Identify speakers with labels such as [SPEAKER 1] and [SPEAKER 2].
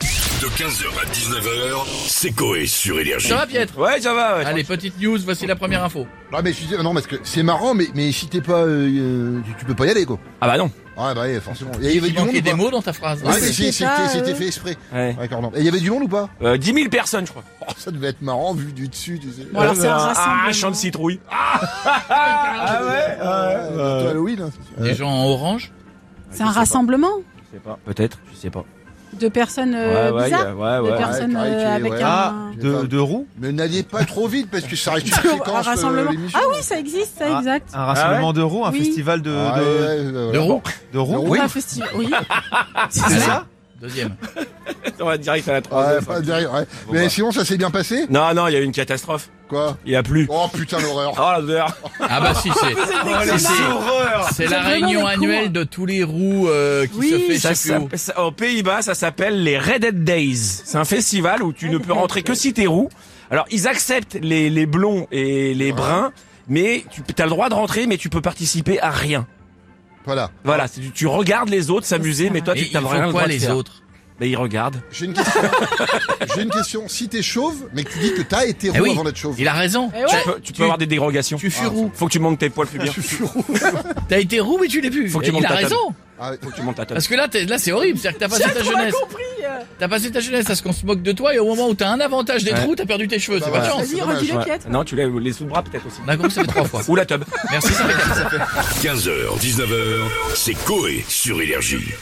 [SPEAKER 1] De 15h à 19h, c'est Coé sur Énergie.
[SPEAKER 2] Ça va Pietre
[SPEAKER 3] Ouais, ça va. ouais.
[SPEAKER 2] Allez, petite news, voici la première info.
[SPEAKER 4] Ah mais je suis sûr- non parce que c'est marrant mais mais si t'es pas euh, euh, tu, tu peux pas y aller quoi.
[SPEAKER 3] Ah bah non.
[SPEAKER 4] Ouais bah ouais, forcément. Et il y avait
[SPEAKER 2] Il
[SPEAKER 4] du monde
[SPEAKER 2] manquait
[SPEAKER 4] ou
[SPEAKER 2] des
[SPEAKER 4] pas
[SPEAKER 2] mots dans ta phrase.
[SPEAKER 4] Ouais,
[SPEAKER 2] Ouais.
[SPEAKER 4] mais c'est-
[SPEAKER 5] C'était pas,
[SPEAKER 4] c'était c'était
[SPEAKER 5] euh,
[SPEAKER 4] fait exprès.
[SPEAKER 3] Ouais.
[SPEAKER 4] Ouais, pardon. Et il y avait du monde ou pas
[SPEAKER 3] Euh, 10 000 personnes, je crois.
[SPEAKER 4] Oh, Ça devait être marrant vu du dessus. Tu sais.
[SPEAKER 5] Bon, alors, c'est un
[SPEAKER 3] ah,
[SPEAKER 5] rassemblement.
[SPEAKER 3] champ de citrouille.
[SPEAKER 4] Ah ouais. Toi, Halloween. hein, c'est-
[SPEAKER 2] Des gens en orange.
[SPEAKER 3] Ah,
[SPEAKER 5] C'est un rassemblement
[SPEAKER 3] Je sais pas. Peut-être, je sais pas.
[SPEAKER 5] de personnes euh,
[SPEAKER 3] ouais, ouais,
[SPEAKER 5] bizarres.
[SPEAKER 3] il y a- ouais,
[SPEAKER 5] de
[SPEAKER 3] ouais.
[SPEAKER 5] personnes
[SPEAKER 4] Ouais,
[SPEAKER 5] euh,
[SPEAKER 4] ouais.
[SPEAKER 5] avec
[SPEAKER 4] Ah,
[SPEAKER 5] un...
[SPEAKER 6] De, de roues
[SPEAKER 4] Mais n'allez pas trop vite parce que ça reste une
[SPEAKER 5] un
[SPEAKER 4] séquence. euh,
[SPEAKER 5] rassemblement.
[SPEAKER 4] l'émission.
[SPEAKER 5] Ah oui, ça existe, ça,
[SPEAKER 6] Ah,
[SPEAKER 5] exact.
[SPEAKER 6] Un rassemblement de roues Un
[SPEAKER 5] Oui.
[SPEAKER 6] festival de,
[SPEAKER 5] Ah.
[SPEAKER 4] Ouais,
[SPEAKER 6] de,
[SPEAKER 4] ouais, ouais,
[SPEAKER 2] De
[SPEAKER 4] ouais.
[SPEAKER 2] roux.
[SPEAKER 6] de roues
[SPEAKER 5] Un festival. Oui.
[SPEAKER 2] Ah,
[SPEAKER 3] Ah,
[SPEAKER 6] C'est ça
[SPEAKER 2] Deuxième.
[SPEAKER 3] On va direct à la
[SPEAKER 4] Ouais,
[SPEAKER 3] troisième.
[SPEAKER 4] pas derrière, ouais.
[SPEAKER 3] Bon,
[SPEAKER 4] Mais
[SPEAKER 3] bah.
[SPEAKER 4] sinon ça s'est bien passé
[SPEAKER 3] Non, non, il y a eu une catastrophe.
[SPEAKER 4] quoi
[SPEAKER 3] Il y a plu.
[SPEAKER 4] Oh putain l'horreur.
[SPEAKER 3] Oh la douleur.
[SPEAKER 2] Ah bah si, c'est.
[SPEAKER 3] Oh,
[SPEAKER 2] c'est- c'est-
[SPEAKER 3] horreur.
[SPEAKER 2] C'est
[SPEAKER 5] J'ai
[SPEAKER 2] la
[SPEAKER 5] vraiment
[SPEAKER 2] réunion
[SPEAKER 5] les cours.
[SPEAKER 2] annuelle de tous les roues euh, qui
[SPEAKER 5] Oui.
[SPEAKER 2] se fait
[SPEAKER 3] Ça
[SPEAKER 2] je sais plus où.
[SPEAKER 3] s'appelle- ça- aux Pays-Bas, ça s'appelle les Red Dead Days. C'est un festival où tu ne
[SPEAKER 5] Red
[SPEAKER 3] peux rentrer que si t'es roux. Alors, ils acceptent les, les blonds et les bruns, mais tu as le droit de rentrer, mais tu peux participer à rien.
[SPEAKER 4] Voilà.
[SPEAKER 3] Voilà, c'est du- tu regardes les autres s'amuser, mais toi,
[SPEAKER 2] Et
[SPEAKER 3] tu
[SPEAKER 2] ils
[SPEAKER 3] t'as
[SPEAKER 2] font
[SPEAKER 3] rien le droit
[SPEAKER 2] quoi
[SPEAKER 3] de
[SPEAKER 2] les
[SPEAKER 3] faire.
[SPEAKER 2] autres
[SPEAKER 3] Ben, ils regardent.
[SPEAKER 4] J'ai une question. J'ai une question. Si t'es chauve mais que tu dis que t'as été roux
[SPEAKER 2] Eh oui,
[SPEAKER 4] avant d'être chauve.
[SPEAKER 2] il a raison.
[SPEAKER 5] Eh ouais.
[SPEAKER 2] T'as-
[SPEAKER 3] Tu peux, tu peux avoir des dérogations. Ah,
[SPEAKER 2] Tu fus roux.
[SPEAKER 3] Faut que tu montes tes poils plus bien.
[SPEAKER 2] T'as été roux mais tu l'es plus.
[SPEAKER 3] Faut que tu
[SPEAKER 2] Et il
[SPEAKER 3] montes
[SPEAKER 2] a
[SPEAKER 3] ta table.
[SPEAKER 2] raison.
[SPEAKER 4] Ah, ouais.
[SPEAKER 3] Faut que tu montes la tête.
[SPEAKER 2] Parce que là, t'es- là c'est horrible. C'est-à-dire que t'as passé ta jeunesse.
[SPEAKER 5] euh.
[SPEAKER 2] T'as passé ta jeunesse à ce qu'on se moque de toi et au moment où t'as un avantage des
[SPEAKER 3] Ouais.
[SPEAKER 2] trous, t'as perdu tes cheveux.
[SPEAKER 4] Bah
[SPEAKER 2] C'est pas de
[SPEAKER 4] voilà.
[SPEAKER 2] chance.
[SPEAKER 5] Vas-y,
[SPEAKER 4] dommage,
[SPEAKER 5] redis-le,
[SPEAKER 3] Ouais.
[SPEAKER 5] Piette.
[SPEAKER 3] Non, tu lèves les sous-bras peut-être aussi.
[SPEAKER 2] On a compris, ça fait trois fois.
[SPEAKER 3] Ou la tub.
[SPEAKER 2] Merci, ça fait quatre.
[SPEAKER 1] 15h, 19h, c'est Coé sur Énergie.